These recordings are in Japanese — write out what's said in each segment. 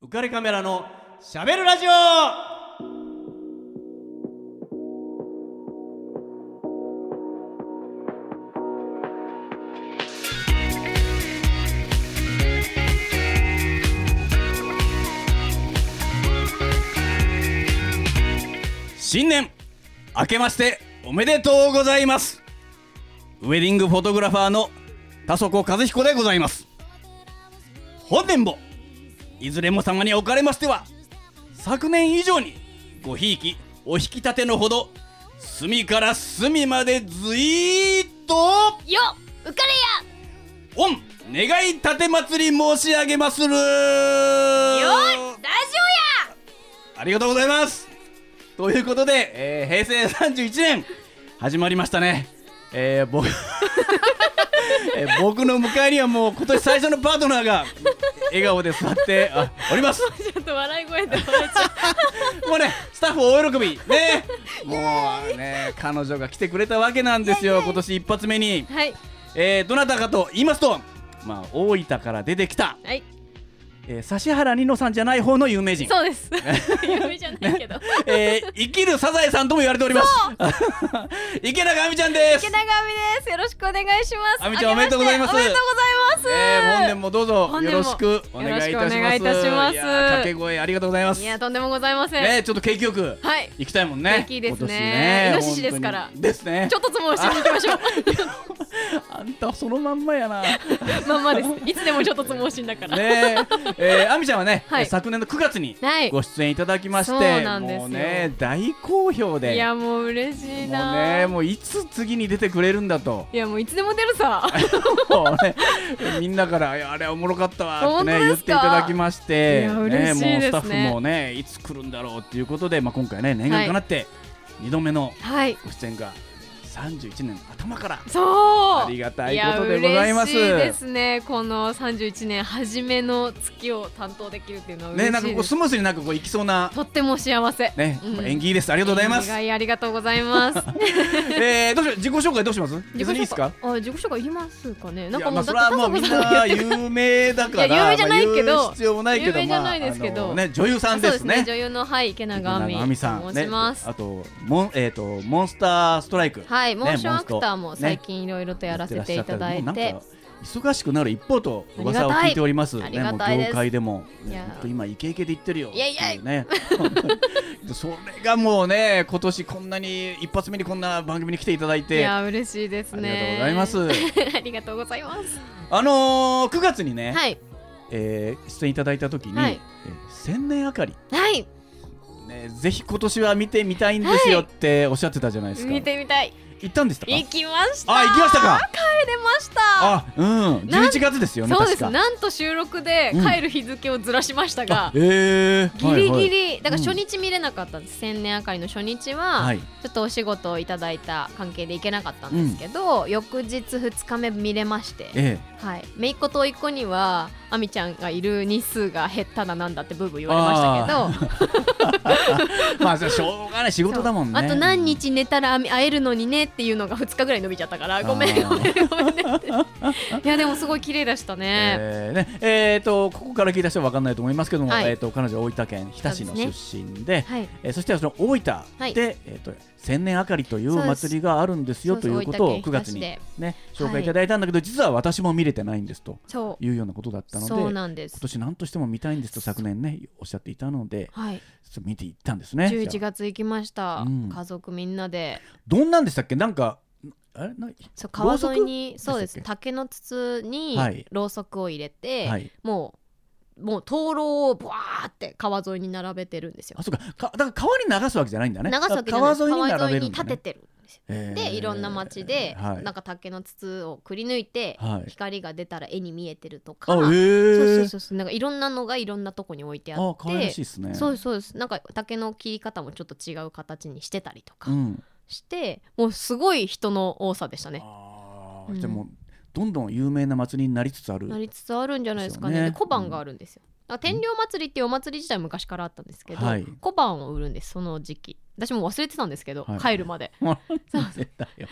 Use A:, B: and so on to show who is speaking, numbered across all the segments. A: 浮かれカメラのしゃべるラジオ
B: 新年明けましておめでとうございますウェディングフォトグラファーの田底和彦でございます本年もいずれも様におかれましては昨年以上にごひいきお引き立てのほど隅から隅までずいーっと
C: よ浮かれ
B: 御願い立て祭り申し上げまする
C: やよーいラジ
B: ありがとうございますということで、えー平成31年始まりましたね、えー僕 えー僕の迎えにはもう今年最初のパートナーが笑顔で座ってあおります
C: オやちょっと笑い声で
B: もうねスタッフ大喜びね もうね彼女が来てくれたわけなんですよ今年一発目に、
C: はい
B: えーどなたかと言いますとまあ大分から出てきた、
C: はい
B: えー指原莉乃さんじゃない方の有名人
C: そうです 有名じゃないけど
B: えー生きるサザエさんとも言われております。 池永亜美ちゃんです。
C: 池永亜美ですよろしくお願いします
B: 亜美ちゃんおめでとうございます
C: 明けしておめでとうござい
B: えー
C: ます、
B: 本年もどうぞ
C: 本
B: よ
C: 年も
B: ろしくお願いいたします。
C: よろしくお願いいたします
B: やー掛け声ありがとうございます。
C: い
B: ね
C: やとんでもございません、
B: ちょっと景気よく
C: はい
B: 行きたいもんね。
C: 景気いいですね
B: 今年
C: イノシシですから
B: 本当にですね
C: ち。ょっとつもしに行きましょ う
B: あんたそのまんまやな。ね
C: まんまですいつでもちょっとつもしんだから、
B: えー、亜美ちゃんはね、
C: はい
B: 昨年の9月に
C: はい
B: ご出演いただきまして、
C: そうなんですよ
B: もうね大好評で、
C: いやもう嬉しい
B: もう
C: な
B: ねもういつ次に出てくれるんだと。
C: いやもういつでも出る さ
B: もうね、みんなからいやあれおもろかったわってね
C: 本当
B: 言
C: で
B: っ
C: す
B: て
C: か
B: いただきまして、
C: いや嬉しい
B: も
C: ですね
B: うスタッフもねいつ来るんだろうっていうことで、まあ今回ね念願かなって二度目の
C: はい
B: ご出演が31年頭から
C: そ
B: あ
C: う
B: りがたいことでございます。
C: や嬉しいですねこの31年初めの月を担当できるっていうのは嬉し
B: ね
C: い
B: なんかこ
C: で
B: う
C: す、
B: スムースになんかこういきそうな
C: とっても幸せ
B: ね、
C: うん
B: 演技いいですありがとうございま
C: お
B: す。
C: 願いありがとうございます
B: えー、どうしよう自己紹介どうします？別にいいですか？
C: あ自己紹介いりますかねなん
B: いやま
C: かも
B: あ
C: うだ
B: そ
C: っ
B: れはもうみ
C: て
B: ん
C: 田所さ
B: なん
C: 言って
B: 有名だから、
C: いや有名じゃない
B: まあ
C: けど
B: 言う必要もないけど、
C: 有名じゃないですけど
B: まああのね女優さん
C: そう
B: で
C: ですすね
B: ね。
C: 女優のはい池永亜
B: あ
C: 美
B: みさ
C: と
B: ん
C: 申します、
B: ね、あとモンえっ、とモンスターストライク、
C: はい
B: ね
C: モーションアクター
B: モ
C: も
B: ンストね
C: 最近いろいろとやらせていただい
B: やってらっしゃったりもうなんか忙しくなる一方と噂を
C: ありがたい
B: 聞いております
C: あり
B: ね
C: が
B: もう
C: たいです
B: 業界でも、
C: いや
B: ね、本当今イケイケで言ってるよって
C: いやいや
B: いうね それがもうね今年こんなに一発目にこんな番組に来ていただい
C: い
B: てあ
C: や嬉しいです
B: りがとう
C: ね
B: ございます
C: ありがとうございます
B: あのー、9月にね、
C: はい
B: えー出演いただいた時に、
C: はい
B: えー千年あかり
C: はい
B: ね、ぜひ今年は見てみたいんですよっておっしゃってたじゃないですか、
C: 見てみたい
B: 行ったんでしたか
C: 行きました
B: あ行きましたか
C: 帰れました
B: あ、うん、
C: なん
B: 11月ですよね。
C: そうです
B: 確か
C: なんと収録で
B: うん
C: 帰る日付をずらしました
B: あ
C: が、
B: えー、
C: ギリギリ、
B: はいはい
C: だから初日見れなかったんです、千年あかりの初日は、
B: はい
C: ちょっとお仕事をいただいた関係で行けなかったんですけど、翌日2日目見れまして、
B: え
C: はい、姪っ子と甥っ子にはあみちゃんがいる日数が減ったななんだってブーブー言われましたけど
B: え、まあ、じゃあしょうがない仕事だもんね。
C: あと何日寝たらあみ会えるのにねっていうのが2日ぐらい伸びちゃったからごめん
B: あー
C: ごめんごめんね っていやでもすごい綺麗でしたね、
B: えーねえー、とここから聞いた人は分かんないと思いますけども、
C: はい
B: えー、と彼女は大分県日田市の
C: そうで
B: 出身でそ
C: はい
B: えーそしてその大分で、
C: はい
B: えー、と千年あかりというお祭りがあるんですよ
C: そう
B: と
C: です
B: いうことを9
C: そうです
B: 月に、
C: 大分県
B: ね、紹介いただいたんだけど、実は私も見れてないんですと
C: そう
B: いうようなことだったので
C: そう
B: 今
C: なんです
B: 年何としても見たいんですと昨年ねおっしゃっていたので
C: はい
B: ちょっと見ていったんですね。
C: 11月行きました、
B: うん
C: 家族みんなで
B: どんなんでしたっけなんかあれな
C: そう
B: ろ
C: 川
B: うそく
C: 沿いに
B: でしたっけ
C: そうです竹の筒
B: は
C: に
B: い
C: ろうそくを入れて、
B: はい、
C: もうもう灯籠をぶわーって川沿いに並べてるんですよ
B: あ。そうかかだから川に流すわけじゃないんだね
C: 流すわけじゃ
B: 川
C: ない
B: 沿いに
C: 川
B: 並
C: 沿
B: べ
C: い
B: る
C: に
B: んだ、ね、
C: 立ててるんですよ。
B: えー
C: でいろんな町で、
B: はい、
C: なんか竹の筒をくり抜いて、
B: はい
C: 光が出たら絵に見えてると
B: あ
C: か、
B: え
C: そうそう
B: ー、
C: そうそうなんかいろんなのがいろんなとこに置いてあ
B: あ
C: っ
B: 可愛ら
C: て
B: しいですね
C: そう
B: う
C: ですそうですなんか竹の切り方もちょっと違う形にしてたりとか
B: ん
C: して、もうすごい人の多さでしたね。
B: あ
C: うん
B: ーじゃあもうどんどん有名な祭りになりつつある
C: なりつつあるんじゃないですかね。
B: ですよね
C: で小判があるんですよ。だから天領祭りっていうお祭り自体昔からあったんですけど、
B: はい
C: 小判を売るんですその時期。私も忘れてたんですけど、
B: はい
C: 帰るまで
B: なんでだよ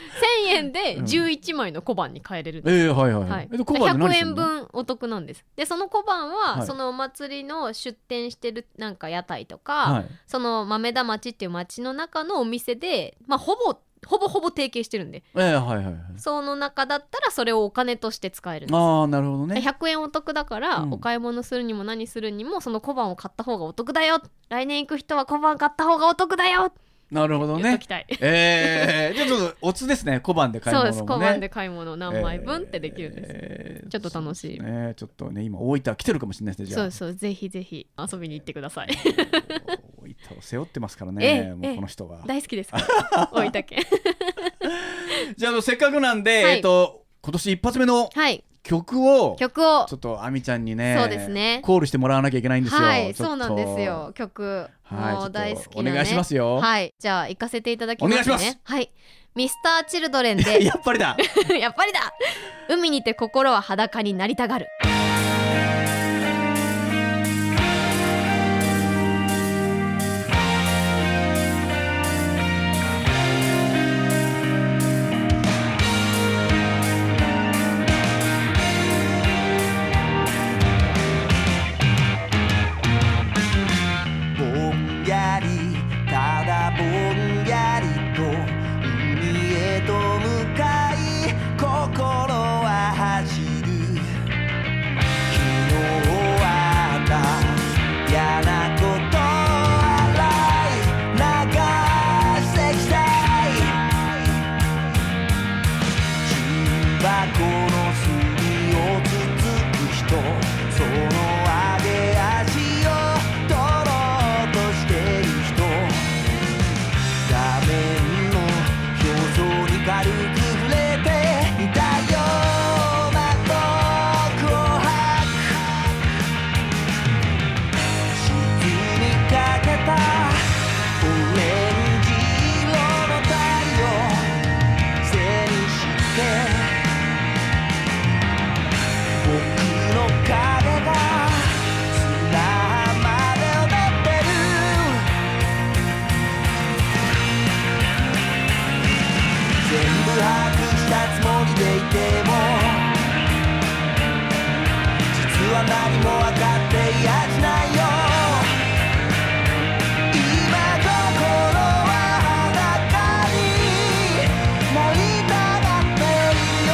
C: 1000円で11枚の小判に変えれるんです、
B: ええはいはい、は
C: はいい、、
B: えっと小判で
C: 100
B: 何すんの
C: 円分お得なんですでその小判は、
B: はい
C: そのお祭りの出店してるなんか屋台とか、
B: はい
C: その豆田町っていう町の中のお店で、まあ、ほぼほぼほぼ提携してるんで
B: ええはいはいはい
C: その中だったらそれをお金として使えるんです
B: ああなるほどね
C: 100円お得だから、
B: うん
C: お買い物するにも何するにもその小判を買った方がお得だよ来年行く人は小判買った方がお得だよ、
B: なるほど
C: 言っ
B: ね
C: ときたい、
B: ええじゃあちょっとおつですね小判で買い
C: そう
B: 物もね
C: です小判で買い物何枚分ってできるんです、
B: ええ
C: ちょっと楽しい
B: そうですねちょっとね今大分来てるかもしれないですねじゃあ
C: そうそうぜひぜひ遊びに行ってください
B: 大分を背負ってますから
C: え
B: ね、
C: え
B: も
C: え
B: う
C: え
B: この人が。
C: 大 好きですから大分県
B: じゃああの、せっかくなんで、
C: はい
B: えっと、今年一発目の
C: はい
B: 曲を、
C: 曲を
B: ちょっと、あみちゃんにね
C: そうですね
B: コールしてもらわなきゃいけないんですよ。
C: はい
B: ちょっと
C: そうなんです。よ曲、
B: はい、
C: もう大
B: ちょ
C: 好
B: っと
C: きな、ね、
B: お願いしますよ。
C: はいじゃあ行かせていただきますね
B: お願いします
C: はいミスターチルドレン で
B: やっぱりだ
C: やっぱりだ海にて心は裸になりたがる
D: ぼんやりただぼんやりと海へと向かい心は走る昨日あった嫌なこと洗い流してきたい重箱の隅をつつく人その上げ足を取ろうとしてる人画面の表情に軽く触れていたような僕を吐く沈みかけたオレンジ色の太陽「僕の声の影が砂浜で踊ってる」「全部把握したつもりでいても」「実は何も分かっていやしないよ」今心は裸になりたがるってるよ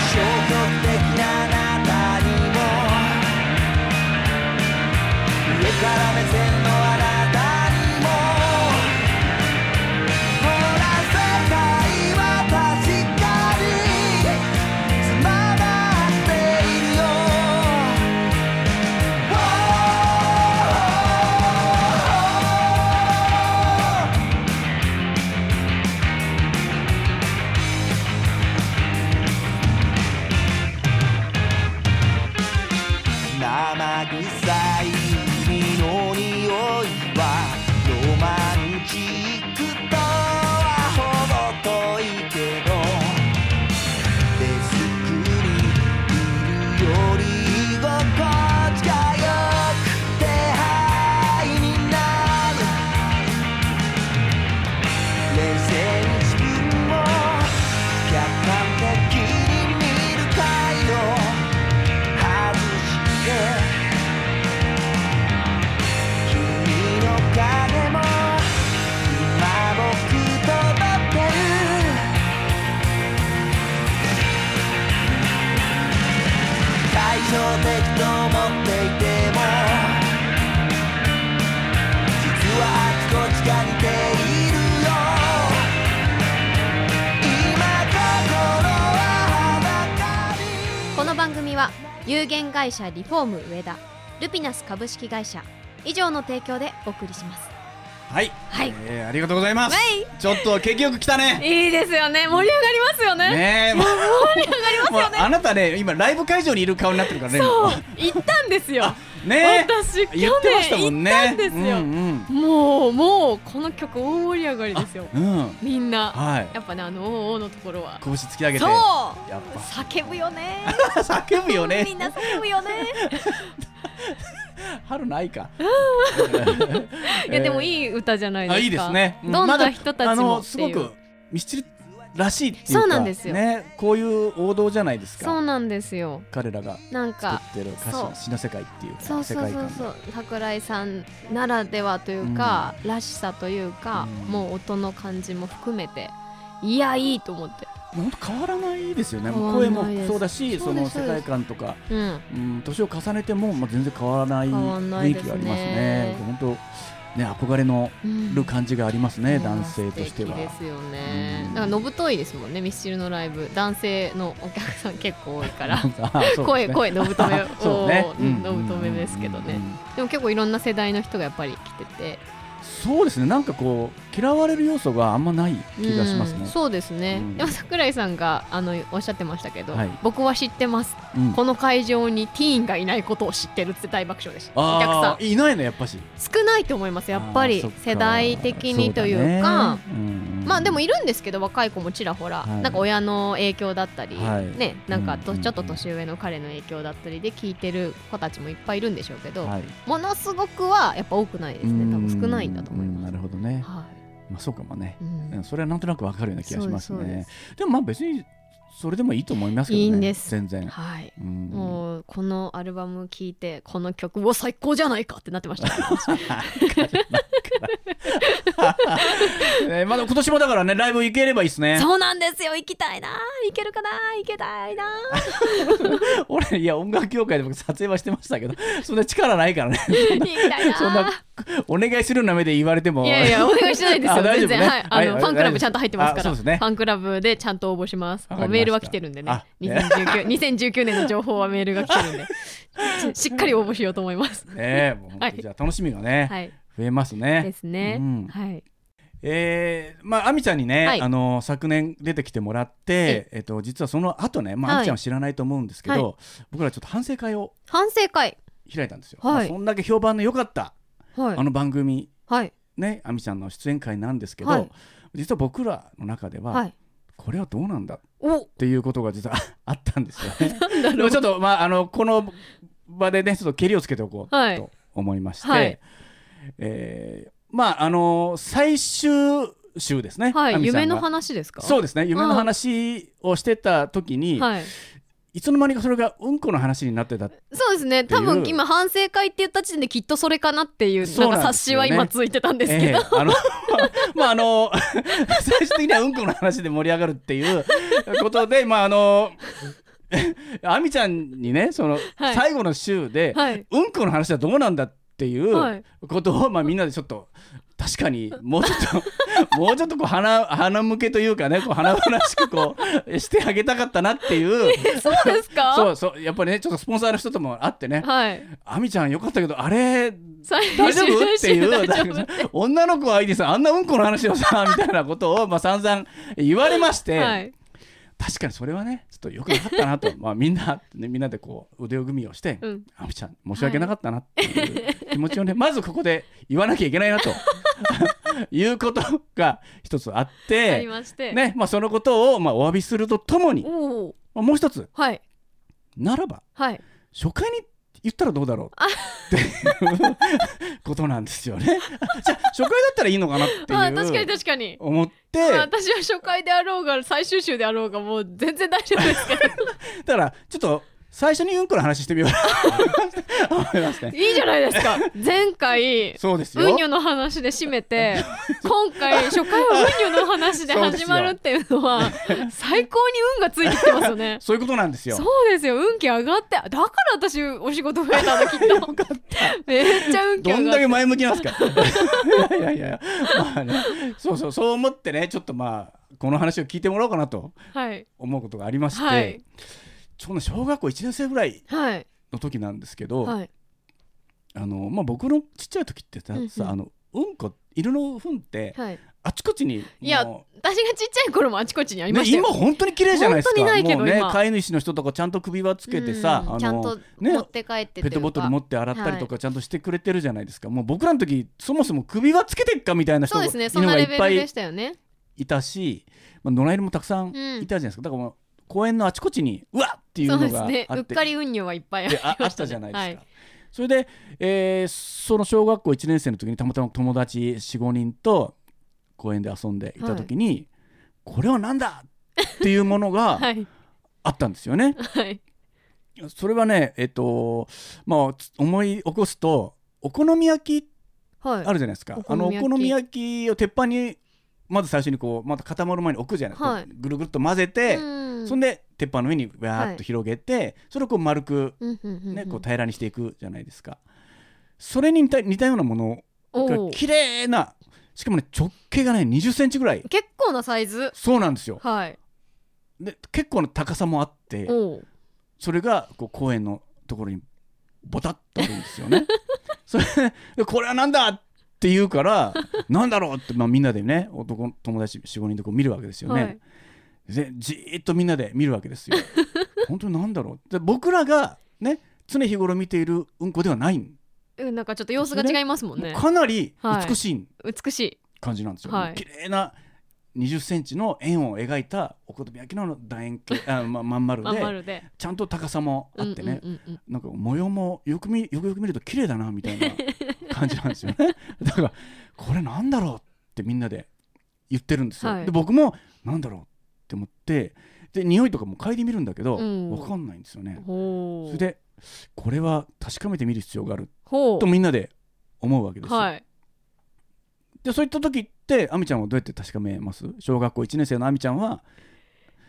D: 消極的なあなたにも上から目線のあなたにもほら世界は確かにつながっているよ生臭い海の匂いはロマンチックとは程遠いけどデスクにいるより居心地が良いく手配になる冷静に自分を客観的に見る回路外して君の影も今僕と踊ってる対照的と思っていても実はあちこちが似ているよ今心は裸に
C: この番組は有限会社リフォーム上田ルピナス株式会社以上の提供でお送りします
B: はい、
C: はい
B: えーありがとうございます。
C: は
B: ちょっと景気よく来たね。
C: いいですよね盛り上がりますよね
B: ねえ、もう
C: 盛り上がります
B: もう
C: よね
B: あなたね、今ライブ会場にいる顔になってるからね。
C: そう行ったんですよ
B: 今ねえ、
C: 私去年
B: 言ってましたもんね。
C: 行ったんですよ
B: うん
C: もうもうこの曲大盛り上がりです よ
B: うん、うん、
C: みんな
B: はい。
C: やっぱねあの「おーおー」のところは
B: 拳突き上げて、
C: そう
B: やっ
C: 叫ぶよね
B: ぱ叫ぶよ
C: み
B: ね。
C: んな叫ぶよね
B: 春ないか
C: いやでもいい歌じゃないです
B: あ
C: か。
B: いいですね
C: どん
B: まだ
C: な人たち
B: あの
C: もって
B: す
C: いう。
B: ごくミスチルらしいっていうか
C: そうなんですよ
B: ねこういう王道じゃないです
C: そう
B: か
C: なんですよ。
B: 彼らが
C: なんか
B: 作ってる歌
C: そう
B: 詞詩の世界っていうか
C: そう
B: 世
C: そう
B: 界
C: そ
B: 観
C: う
B: が
C: そう桜井さんならではというか、らしさというか、
B: うん
C: もう音の感じも含めていやいいと思って
B: 本当変わらないですよね
C: 変わ
B: もう
C: らない
B: 声
C: です
B: もそうだし
C: そ
B: そう
C: で
B: の
C: す
B: 世界観とか
C: うん
B: うん年を重ねてもまあ全然変わらない
C: 変わらな
B: 雰
C: い
B: 囲
C: で
B: 気
C: すね
B: がありますね本当ね憧れの
C: うん
B: る感じがありますね
C: もう
B: 男性として
C: 素
B: は
C: 敵ですよね、
B: うん
C: なんかのぶといですもんねミスチルのライブ男性のお客さん結構多いから、
B: あ そうです
C: 声
B: ね
C: 声のぶとめ
B: そ
C: を、
B: うね
C: うんのぶとめですけどね、
B: うんうんうん
C: でも結構いろんな世代の人がやっぱり来てて
B: そうですねなんかこう嫌われる要素があんまない気がします
C: うん
B: ね
C: そうですね、
B: うん
C: でも桜井さんがあのおっしゃってましたけど、
B: はい
C: 僕は知ってます
B: うん
C: この会場にティーンがいないことを知ってるって大爆笑でしたお客さ
B: あーいないのやっぱし
C: ん少ないと思いますやっぱ
B: あー
C: り
B: そか
C: 世代的にというか
B: そうだねうんうん
C: まあでもいるんですけど若い子もちらほら、
B: はい
C: なんか親の影響だったり、
B: はい
C: ねなんかと
B: うんうんうん
C: ちょっと年上の彼の影響だったりで聞いてる子たちもいっぱいいるんでしょうけど、
B: はい
C: ものすごくはやっぱ多くないですね多分少ないんだと思います
B: うんなるほどね
C: は
B: まあそうかもね
C: い、うん
B: うんそれはなんとなくわかるような気がします
C: そうで
B: ね
C: す
B: でもまあ別にそれでもいいと思いますけどね
C: いいんです
B: 全然
C: はい
B: うん
C: もうこのアルバム聴いてこの曲は最高じゃないかってなってました、
B: えーまだ今年もだからねライブ行ければいいですね
C: そうなんですよ行きたいな行けるかな行けた いな
B: 俺いや音楽協会で僕撮影はしてましたけどそんな力ないから ね
C: 行きたいな
B: そんなお願いするような目で言われても
C: いやいやお願いしないです
B: あ
C: よ
B: 大丈
C: 全
B: 夫ね
C: 然、はいあの
B: はい
C: ファンクラブちゃんと入ってますか
B: あそう
C: ら
B: ですね
C: ファンクラブでちゃんと応募します
B: わかりました
C: メールは来てるんでね
B: あ
C: 2019 2019年の情報はメールが来てるんで ししっかり応募しようと思います
B: ねえもう本当にじゃあ楽しみがね、
C: はい
B: 増えますね
C: ですね、
B: うん
C: はい
B: えーまあ、亜美ちゃんにね、
C: はい
B: あの昨年出てきてもらって、えっと、実はその後ね、まあ、
C: は
B: 亜
C: い
B: 美ちゃんは知らないと思うんですけど、僕らちょっと反省会を
C: 反省会
B: 開いたんですよ。
C: はい
B: まあそんだけ評判の良かった、
C: はい
B: あの番組、
C: はい
B: ね、亜美ちゃんの出演会なんですけど、
C: はい
B: 実は僕らの中では、
C: はい
B: これはどうなんだっ
C: お
B: ていうことが実は あったんですよ ね。でもちょっと、まあ、あのこの場でねちょっとけりをつけておこう
C: はい
B: と思いまして、
C: はい
B: えーまああの最終週ですね、
C: は
B: 亜
C: い
B: 美ちゃ
C: 夢
B: んが
C: の話ですか
B: そうですね夢の話をしてた時に、
C: はい
B: い、つの間にかそれがうんこの話になってた
C: そうですね
B: ていう
C: 多分今反省会って言った時点できっとそれかなっていう
B: そう
C: な
B: なん
C: ん
B: で
C: か
B: す
C: 冊子
B: よ
C: は
B: ね
C: 今ついてたんですけど、
B: ええあの まああの 最終的にはうんこの話で盛り上がるっていうことでまああの 亜美ちゃんにねその、
C: はい
B: 最後の週で、
C: はい
B: うんこの話はどうなんだっていう
C: はい
B: ことを、まあみんなでちょっと確かにもうちょっと もうちょっとこう鼻鼻向けというかねこう鼻々しくこうしてあげたかったなっていう。
C: そうですか
B: そうそうやっぱりねちょっとスポンサーの人とも会ってね
C: はい
B: 「亜美ちゃんよかったけどあれ
C: 最
B: 大丈夫?」ってい
C: 大
B: う
C: 丈
B: な
C: 夫
B: んかさ 女の子相手さあんなうんこの話をさみたいなことをまあ散々言われまして、
C: はい、
B: 確かにそれはねちょっとよくなかったな とまあみんな、ね、みんなでこう腕を組みをして
C: うん、
B: 「亜、美、ちゃん申し訳なかったな」っていう気持ちをね、 まずここで言わなきゃいけないなと いうことが一つあっ
C: あり
B: て。
C: まして、
B: ねまあ、そのことをまあお詫びするとともに、
C: おお
B: まあもう一つ
C: はい
B: ならば
C: はい
B: 初回に言ったらどうだろうっていうことなんですよね。 じゃあ初回だったらいいのかなっ
C: あー確
B: て
C: か
B: い
C: に
B: う
C: 確かに
B: 思っ
C: まあ
B: て
C: 私は初回であろうが最終週であろうがもう全然大丈夫で すけ
B: だからちょっと最初にうんこの話してみよう思います
C: ど
B: ね。
C: いいじゃないですか前回
B: そうですよ
C: ウ。ニョの話で締めて今回初回はウニョの話で始まるっていうのは最高に運がついてきてますよね
B: そういうことなんですよ
C: そ。うですよ運気上がってだから私お仕事増えたのきっとめっちゃ運気
B: ど
C: 上
B: ん
C: がっ
B: だけ
C: て
B: 前向きなんですか。いやいやいや、まあね、そうそうそう思ってね、ちょっとまあこの話を聞いてもらおうかなと
C: はい
B: 思うことがありまして、
C: はい
B: ちょうど小学校1年生ぐらい
C: はい
B: の時なんですけど、
C: はい
B: あのまあ、僕のちっちゃい時ってさ,、
C: うんうん
B: さあのうんこ犬の糞って
C: はい
B: あちこちにもう
C: いや私がちっちゃい頃もあちこちにありま
B: ね、
C: したよ
B: 今本当に綺麗じゃないですか
C: 本当にないけど
B: もうね
C: 今
B: 飼い主の人とかちゃんと首輪つけてさ、
C: うん
B: あの
C: ちゃんと持
B: ね
C: って帰って
B: ペットボトル持
C: って
B: って洗ったりとかちゃんとしてくれてるじゃないですか、もう僕らの時そもそも首輪つけてっかみたいな人
C: そ
B: が
C: うですねそん
B: 犬
C: な
B: がい
C: レ
B: っ
C: ベ
B: ぱ
C: ルで
B: い
C: したよね
B: いたし、まあ、野良犬もたくさん
C: うん
B: いたじゃないですか、だからもう公園のあちこちにうわっっていう
C: そう
B: の
C: です
B: が
C: ね
B: あ
C: う
B: っ
C: ってかり運輸はいっぱいあり
B: でああ
C: ま
B: ったじゃないですか、
C: はい
B: それで、えーその小学校1年生の時にたまたま友達45人と公園で遊んでいた時に、これは何だっていうもの
C: は
B: が
C: い
B: あったんですよね。
C: はい
B: それはねえっ、とまあつ思い起こすとお好み焼き
C: はい
B: あるじゃないですか、
C: お好
B: あ
C: み
B: のお
C: 焼き
B: 好み焼きを鉄板にまず最初にこうまた固まる前に置くじゃないですか、
C: はい
B: ぐるぐるっと混ぜて、
C: うん
B: そんで鉄板の上にわーっと広げて、それをこう丸く、
C: うんうんうん
B: ね
C: うん
B: こう平らにしていくじゃないですかそれに似た似たようなもの
C: お
B: が
C: う
B: 綺麗なしかもね直径がね2 0ンチぐらい
C: 結構なサイズ
B: そうなんですよ
C: はい
B: で結構な高さもあって
C: おう
B: それがこう公園のところにボタッとあるんです よね。それでこれはなんだって言うから「なんだろう?」って、まあ、みんなでね男友達45人でこう見るわけですよね。
C: はい
B: でじーっとみんなで見るわけですよ。本当になんだろうで僕らがね常日頃見ているうんこではない、
C: うんなんかちょっと様子が違いますもんね
B: かなり
C: はい
B: 美しい
C: 美しい
B: 感じなんですよ。
C: はい
B: 綺麗な20センチの円を描いたお好み焼きの楕円 形あ、ま、まん丸
C: まん
B: で
C: 丸で
B: ちゃんと高さもあってね、
C: うんうんうんうん
B: なんか模様もよく見よくよく見ると綺麗だなみたい な感じなんですよね。だからこれなんだろうってみんなで言ってるんですよ。
C: はい
B: で僕もなんだろうって思ってで匂いとかも嗅いでみるんだけど、
C: うん
B: わかんないんですよね。
C: ほう
B: それでこれは確かめてみる必要がある
C: ほ
B: とみんなで思うわけです
C: う
B: よ。
C: はい
B: でそういった時って亜美ちゃんはどうやって確かめます小学校1年生の亜美ちゃんは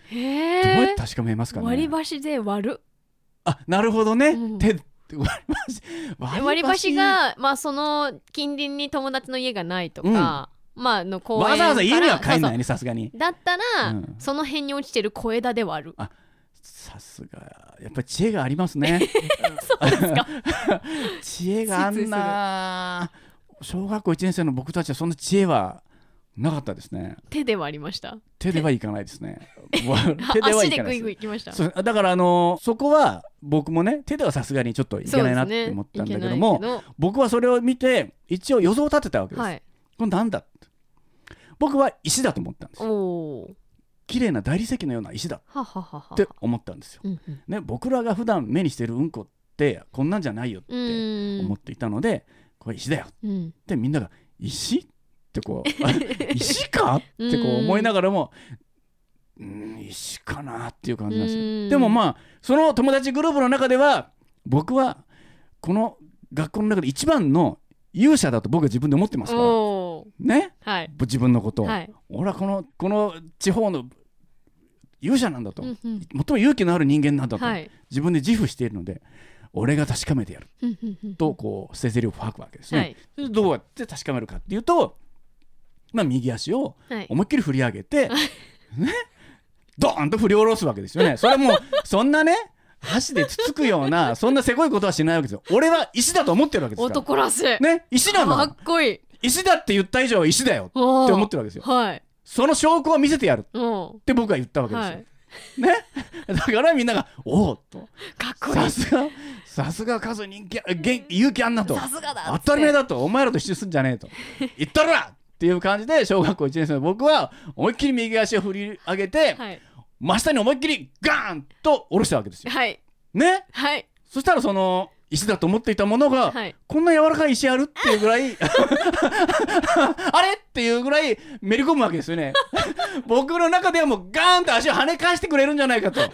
C: へ
B: どうやって
C: え
B: 確かめますかね、
C: 割り箸で割る
B: あなるほどね。
C: うん
B: 手割り箸
C: え割り箸がまあその近隣に友達の家がないとかまあの公園
B: わざわざ家には
C: か
B: 帰
C: ら
B: ん
C: そう
B: な
C: そ
B: いねさすがに
C: うだったら
B: うん
C: その辺に落ちてる小枝で 割る
B: さすがやっぱり知恵があります ねそうですか知恵があんな小学校1年生の僕たちはそんな知恵はなかったですね
C: 手で割りました
B: 手ではいかないですね
C: あ
B: 手では
C: 足
B: い
C: で
B: か
C: グ
B: ない
C: イ
B: す
C: グイ行きました
B: そうだからあのそこは僕もね手ではさすがにちょっといけないなって思ったんだけども
C: そうですねいけない
B: 僕はそれを見て一応予想を立てたわけで
C: けど
B: す、
C: はい
B: これなんだって僕は石だと思ったんです
C: お
B: よ
C: お
B: 綺麗な大理石のような石だ
C: はははは
B: って思ったんですよ
C: うんうん
B: ね、僕らが普段目にしてるうんこってこんなんじゃないよっ
C: う
B: て
C: ーん
B: 思っていたので、これ石だよっ
C: うん
B: てみんなが「石?」ってこうあ「石か?」ってこう思いながらも「うん石かな?」っていう感じなんです
C: うー
B: よ。
C: ん
B: でもまあその友達グループの中では僕はこの学校の中で一番の勇者だと僕は自分で思ってますから
C: お
B: ね
C: ーはい
B: 自分のことを、
C: はい
B: 俺はこのこの地方の勇者なんだと、
C: うんうん
B: 最も勇気のある人間なんだと。
C: はい
B: 自分で自負しているので俺が確かめてやる
C: うんうんうん
B: とこう捨てゼリを吐くわけですね、
C: はい
B: それでどうやって確かめるかっていうと、まあ、右足を
C: はい
B: 思いっきり振り上げて、ね、ドーンと振り下ろすわけですよねそれはもうそんなね箸でつつくようなそんなせこいことはしないわけですよ俺は石だと思ってるわけですから
C: 男らしい
B: ね石な
C: か
B: の
C: っこいい
B: 石だって言った以上は石だよって
C: おー
B: 思ってるわけですよ
C: はい
B: その証拠を見せてやるっ
C: うん
B: て僕は言ったわけです
C: は
B: よ、
C: い
B: ねだからみんながおおっと
C: かっこい
B: さ
C: い
B: すがさすが数人気あ元勇気あんなと
C: さすがだっつっ
B: 当
C: て
B: たり前だとお前らと一緒にすんじゃねえと言ったらっていう感じで小学校1年生の僕は思いっきり右足を振り上げて、
C: はい
B: 真下に思いっきりガーンと下ろしたわけですよ。
C: はい
B: ね
C: はい
B: そしたらその石だと思っていたものが、
C: はい
B: こんな柔らかい石あるっていうぐらいあれっていうぐらいめり込むわけですよね僕の中ではもうガーンと足を跳ね返してくれるんじゃないかとね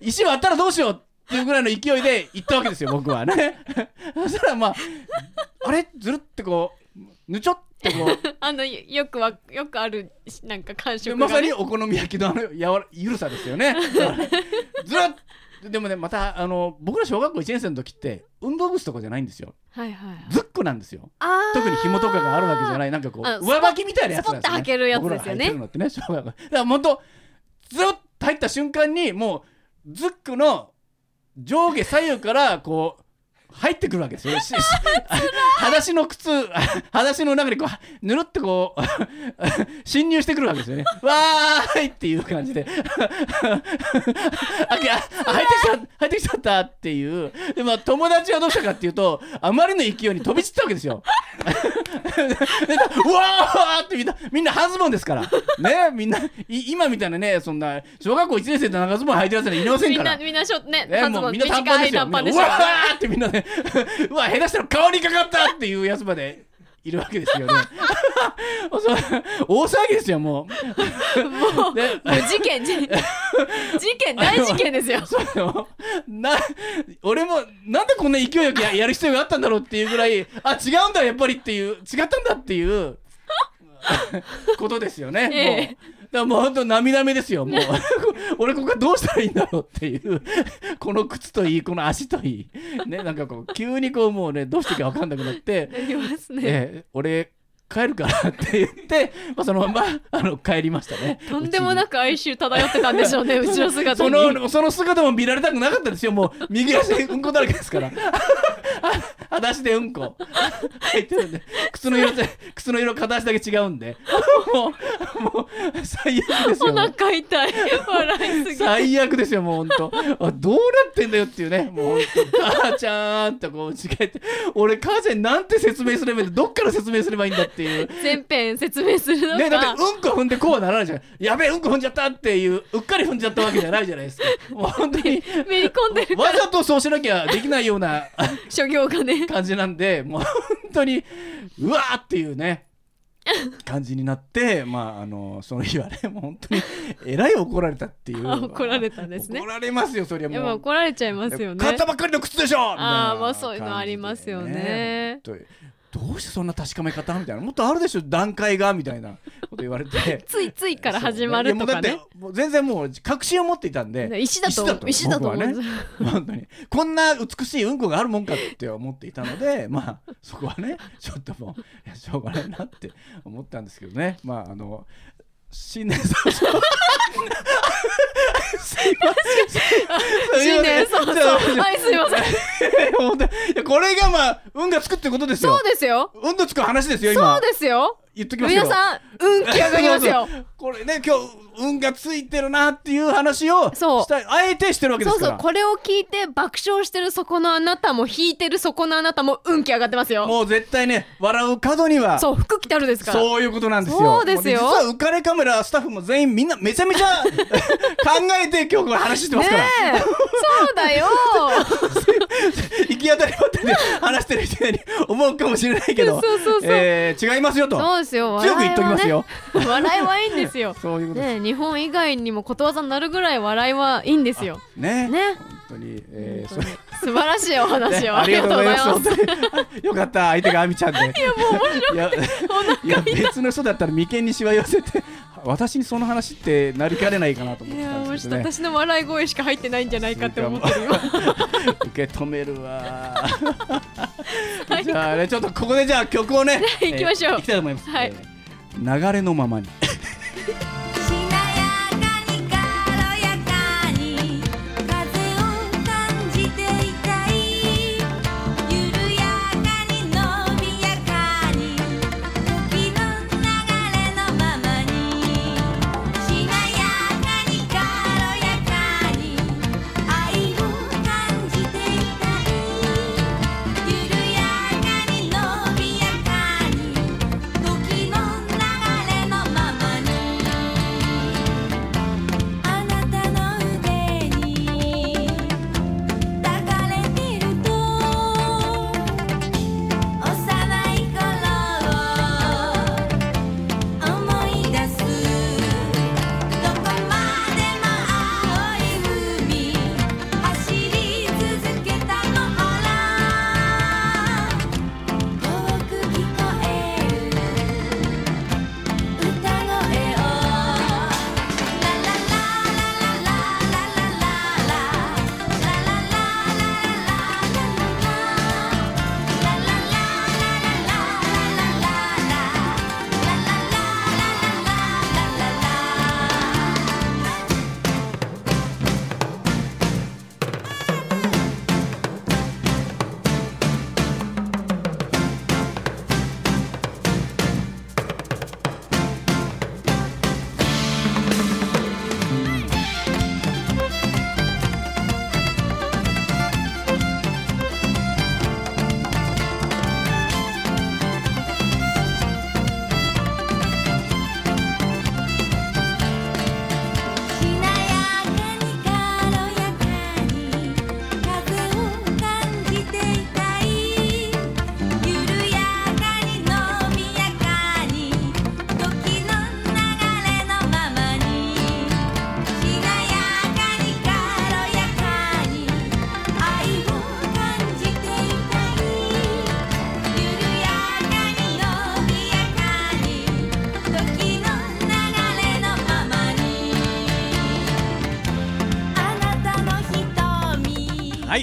B: 石割ったらどうしようっていうぐらいの勢いで行ったわけですよ僕はねそしたらまああれずるってこうぬちょってこう
C: あのよよくわよくあるしなんか感触が
B: まさ
C: ね
B: にお好み焼きのあのやわらゆるさですよ ね。ずらっでもねまたあの僕ら小学校1年生の時って運動靴とかじゃないんですよ
C: はいはい
B: ズックなんですよ
C: あー
B: 特に紐とかがあるわけじゃないなんかこう
C: あの
B: 上履きみたいなやつなんです
C: スポッと履けるやつです
B: 僕らが
C: よね
B: 履いてるのってね小学校だから本当ずっと入った瞬間にもうズックの上下左右からこう入ってくるわけです よ。しし裸足の靴、裸足の中にこう、ぬるってこう、 侵入してくるわけですよね。わーいっていう感じで。あ、あ入ってきた、入帰ってきちゃったっていうで、まあ、友達はどうしたかっていうとあまりの勢いに飛び散ったわけですよ。 でうわーってみんなみんな半ズボンですからねみんない今みたいなねそんな小学校1年生で長ズボン履いてるやつなんかいりません
C: み
B: か
C: ん
B: ら
C: な。みんなしょ
B: ね、
C: ね短
B: もう
C: パン
B: みんな短パン
C: 短
B: ですよ。みんなう
C: い短パンで
B: わ
C: すよ。
B: ーってみんなね、 うわ、下手したら顔にかかったっていうやつまでいるわけですよね。 もうそれ大騒ぎですよ、もう。もう、ね、
C: もう事件じ事件大事 件ですよ。
B: そうよな俺もなんでこんな勢いよ くややる必要があったんだろうっていうぐらいあ違うんだやっぱりっていう違ったんだっていう ことですよね、
C: ええ
B: もう。だからもう本当涙目ですよ もう俺ここはどうしたらいいんだろうっていうこの靴といいこの足といいねなんかこう急にこうもうねどうしていいか分かんなくなって
C: なりますね。
B: ええ、俺帰るからって言って、まあ、そのままあの帰りましたね。
C: とんでもなく哀愁漂ってたんでしょう ね、後ろ姿
B: そ
C: に。
B: のその姿も見られたくなかったですよもう右足でうんこだらけですから 裸足でうんこ入ってるんで靴の色で靴の色片足だけ違うんでもうもう最悪です
C: お
B: よ
C: 腹痛い。笑いすぎ。
B: 最悪ですよもうほんとあどうなってんだよっていうねもうほんと母ちゃんとこう違えて俺母ちゃんになんて説明すればいいんだどっから説明すればいいんだっていう
C: 前編説明するの
B: ね、だ
C: か
B: ってうんこ踏んでこうはならないじゃんやべえうんこ踏んじゃったっていううっかり踏んじゃったわけじゃないじゃないですかもう本当に
C: めり込んでる
B: わざとそうしなきゃできないような
C: 諸行がね。
B: 感じなん でもう本当にうわーっていうね感じになってまああのその日はねもう本当にえらい怒られたっていう
C: あ怒られたんですね
B: 怒られますよそりゃも
C: や
B: う
C: っぱ怒られちゃいますよね。
B: 買ったばっかりの靴でしょみたいな
C: あーまあそういうのありますよね
B: 感じでねどうしてそんな確かめ方みたいなもっとあるでしょ段階がみたいなこと言われて
C: ついついから始まるとか
B: いや
C: ね
B: もうだ。ってもう全然もう確信を持っていたんで
C: ね石だと石だと思
B: 僕はね
C: う。
B: 本当にこんな美しいうんこがあるもんかって思っていたのでまあそこはねちょっともういやしょうがないなって思ったんですけどねまああの新年早々すいません
C: 新年早々。
B: すいませんちょっと
C: はい、すいません。
B: 本当にいやこれがまあ運がつくってことですよ
C: そうですよ。
B: 運のつく話ですよ
C: そ
B: 今
C: うですよ。
B: 言っときますけど
C: 皆さん、運気上がりますよ。
B: これね今日運がついてるなっていう話を
C: そう
B: したいあえてしてるわけで
C: そ
B: す
C: う
B: から
C: そう、これを聞いて爆笑してるそこのあなたも、引いてるそこのあなたも、運気上がってますよ。
B: もう絶対ね笑う角には
C: そう、服着てあるですから。
B: そういうことなんですよ。
C: そうですよ
B: 実は浮かれカメラスタッフも全員みんなめちゃめちゃ 考えて今日これ話してま
C: ね
B: すから、
C: え、そうだ よ。
B: 行き当たりばったりで話してるみたいに思うかもしれないけど、
C: そうそうそう
B: えー違いますよと。
C: そうですよ。
B: 強く言っときますよ
C: 笑いはね。笑いはいいんですよ。
B: そういうことです
C: ねえ、日本以外にもことわざになるぐらい笑いはいいんですよ。
B: ね
C: ね
B: 本当に、えー
C: 本当に素晴らしい
B: そう
C: お話
B: ね
C: を、ありがとうございます。
B: ありがとうございます本当によかった相手がアミちゃんで。いやもう面白い。いや別の人だったら眉間にしわ寄せて私にその話ってなりかねないかなと思っ
C: い
B: て
C: や
B: たん
C: もう
B: で
C: ち
B: す
C: ょっ
B: けどね
C: と私の笑い声しか入ってないんじゃないかって思ってるよ。
B: 受け止めるわじゃあねちょっとここでじゃあ曲を ね
C: 行きましょう
B: えー行きたいと思います、
C: はい
B: えー流れのままに
E: 「しなやかに軽やかに風を感じていたい」「ゆるやかに伸びやかに時の流れのままに」「しなやかに軽やかに愛を感じていたい」「ゆるやかに伸びやかに時の流れのままに」
B: はい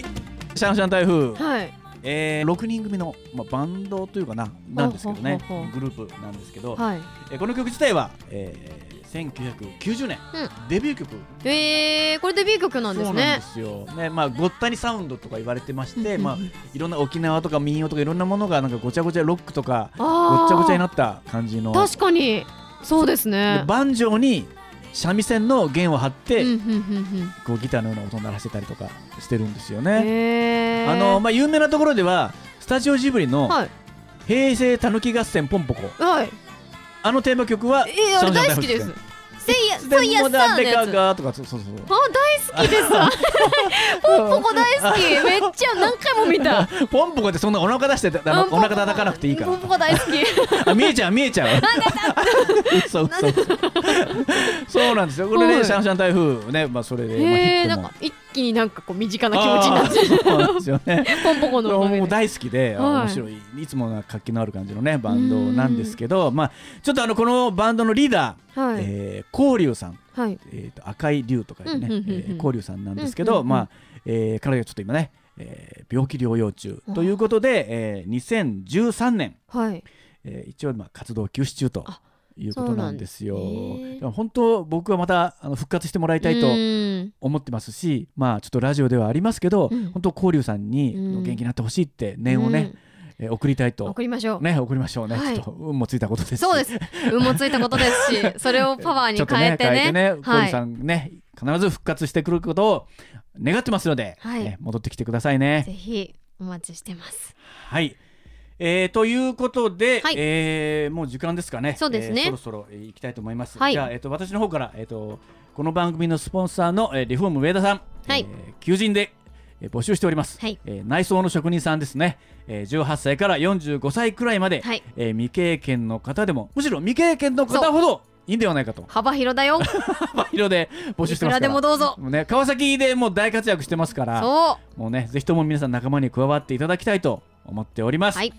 B: シャンシャン台風、
C: はい
B: えー、6人組の、まあ、バンドというかななんですけどね
C: ほうほうほう
B: グループなんですけど、
C: はい
B: えーこの曲自体は、えー、1990年、
C: う
B: デビュー曲
C: えー、これデビュー曲なんです
B: そうなん
C: ね
B: ですよ、ねまあ、ごったにサウンドとか言われてまし
C: うんう
B: て、
C: ん
B: まあ、いろんな沖縄とか民謡とかいろんなものがなんかごちゃごちゃロックとか
C: あー
B: ごっちゃごちゃになった感じの
C: 確かにそうですね
B: で盤上に三味線の弦を張って、
C: うんうんうん
B: こうギターのような音を鳴らしてたりとかしてるんですよ
C: うん
B: ね。
C: へー
B: あのまあ、有名なところではスタジオジブリの
C: はい
B: 「平成たぬき合戦ポンポコ
C: はい」
B: あのテーマ曲は
C: えー、あれ大好きですせいや
B: 「
C: せいや
B: でも
C: さ
B: だ
C: んの
B: で
C: や
B: か
C: つ
B: が」とかそうそうそう
C: あ大好き ですポンポコ大好きめっちゃ何回も見た
B: ポンポコってそんなお腹出してたあのお腹叩かなくていいか
C: ポンポコ大好き
B: らあ見えちゃう見えちゃう 嘘嘘嘘そうなんですよこれ
C: は
B: ね
C: い
B: シャンシャン台風ねまあそれでまあヒ
C: へー
B: ッ
C: な
B: ト
C: ん
B: も
C: か一気になんかこう身近な気持ちになって
B: あーそうなんですよね
C: ポンポコのおかげ
B: もう
C: で
B: 大好きで、
C: はい
B: 面白いいつもの活気のある感じのねバンドなんですけど、まあ、ちょっとあのこのバンドのリーダー、
C: はい
B: えー、光龍さん、
C: はい
B: えー、と赤い龍とかいうね
C: うんうんうんうん
B: えー光龍さんなんですけど、
C: うんうんうん
B: まあえー彼がちょっと今ね、えー病気療養中
C: あ
B: ということで、えー、2013年、
C: はい
B: えー一応今活動休止中と
C: あ。
B: いうことなんですよ。
C: そうなんですね
B: でも本当僕はまたあの復活してもらいたいと
C: と
B: 思ってますし、まあちょっとラジオではありますけど、
C: うん
B: 本当交流さんに
C: うん
B: 元気になってほしいって念をね、えー送りたいと
C: 送りましょう
B: ね送りましょうね。
C: はい
B: ちょっと運もついたことですし。
C: そ うです運もついたことですしそれをパ
B: ち
C: ワー
B: ょ
C: に
B: っと
C: 変えてね
B: ね、交
C: は
B: 流
C: い
B: さんね、必ず復活してくることを願ってますので、
C: はい
B: ね戻ってきてくださいね
C: ぜ。ひお待ちしてます
B: はい。えー、ということで、
C: はい
B: えーもう時間ですかね。
C: そうです
B: え
C: ね
B: ーそろそろえー行きたいと思います。
C: はい
B: じゃあ、えー、と私の方から、えー、とこの番組のスポンサーの、えー、リフォーム上田さん、
C: はい
B: えー求人で、えー募集しております、
C: はい
B: えー内装の職人さんですね、えー、18歳から45歳くらいまで、
C: はい
B: えー未経験の方でもむしろ未経験の方ほどいいんではないか と
C: 幅広だよ
B: 幅広で募集してますから
C: いくらでもどうぞ
B: もね、川崎でもう大活躍してますから
C: そ
B: もうね、ぜひとも皆さん仲間に加わっていただきたいと思っております。
C: はい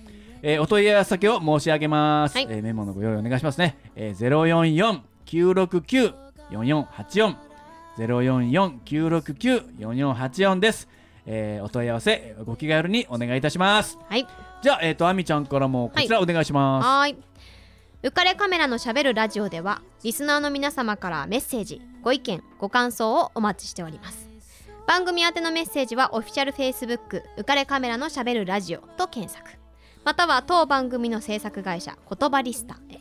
B: えーお問い合わせ先を申し上げます。
C: はい
B: えーメモのご用意お願いしますね。えー、ゼロ四四九六九四四八四ゼロ四四九六九四四八四です。えーお問い合わせご気軽にお願いいたします
C: う。はい
B: じゃあえっ、とあみちゃんからもこちらお願いします。
C: はーい。浮かれカメラのしゃべるラジオではリスナーの皆様からメッセージご意見ご感想をお待ちしております番組宛てのメッセージはオフィシャル Facebook 浮かれカメラのしゃべるラジオと検索または当番組の制作会社言葉リスタへ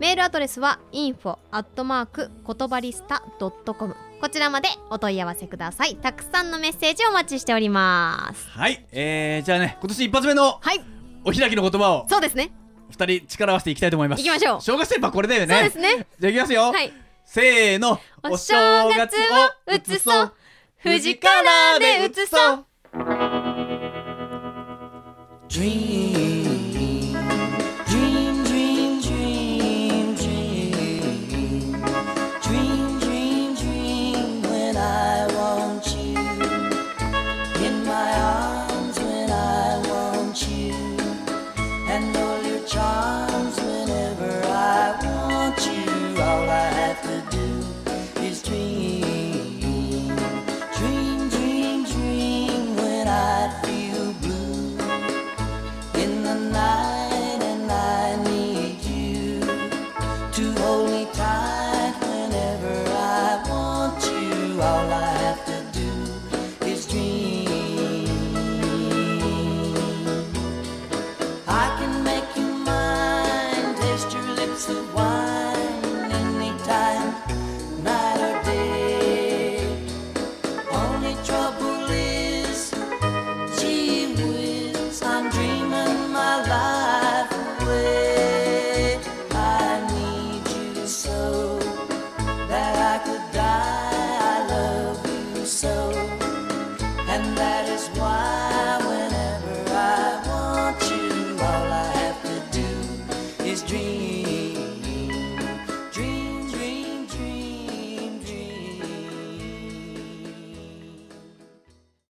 C: メールアドレスは info アットマーク言葉リスタ .com こちらまでお問い合わせくださいたくさんのメッセージお待ちしております
B: はい、えーじゃあね今年一発目の
C: はい
B: お開きの言葉を
C: そうですね
B: 二人力を合わせていきたいと思います。
C: 行きましょう
B: 正月といえばこれだよね。
C: そうですね
B: じゃあいきますよ。
C: はい
B: せーの
C: お正月を移そう富士カラーで移そう
D: Dream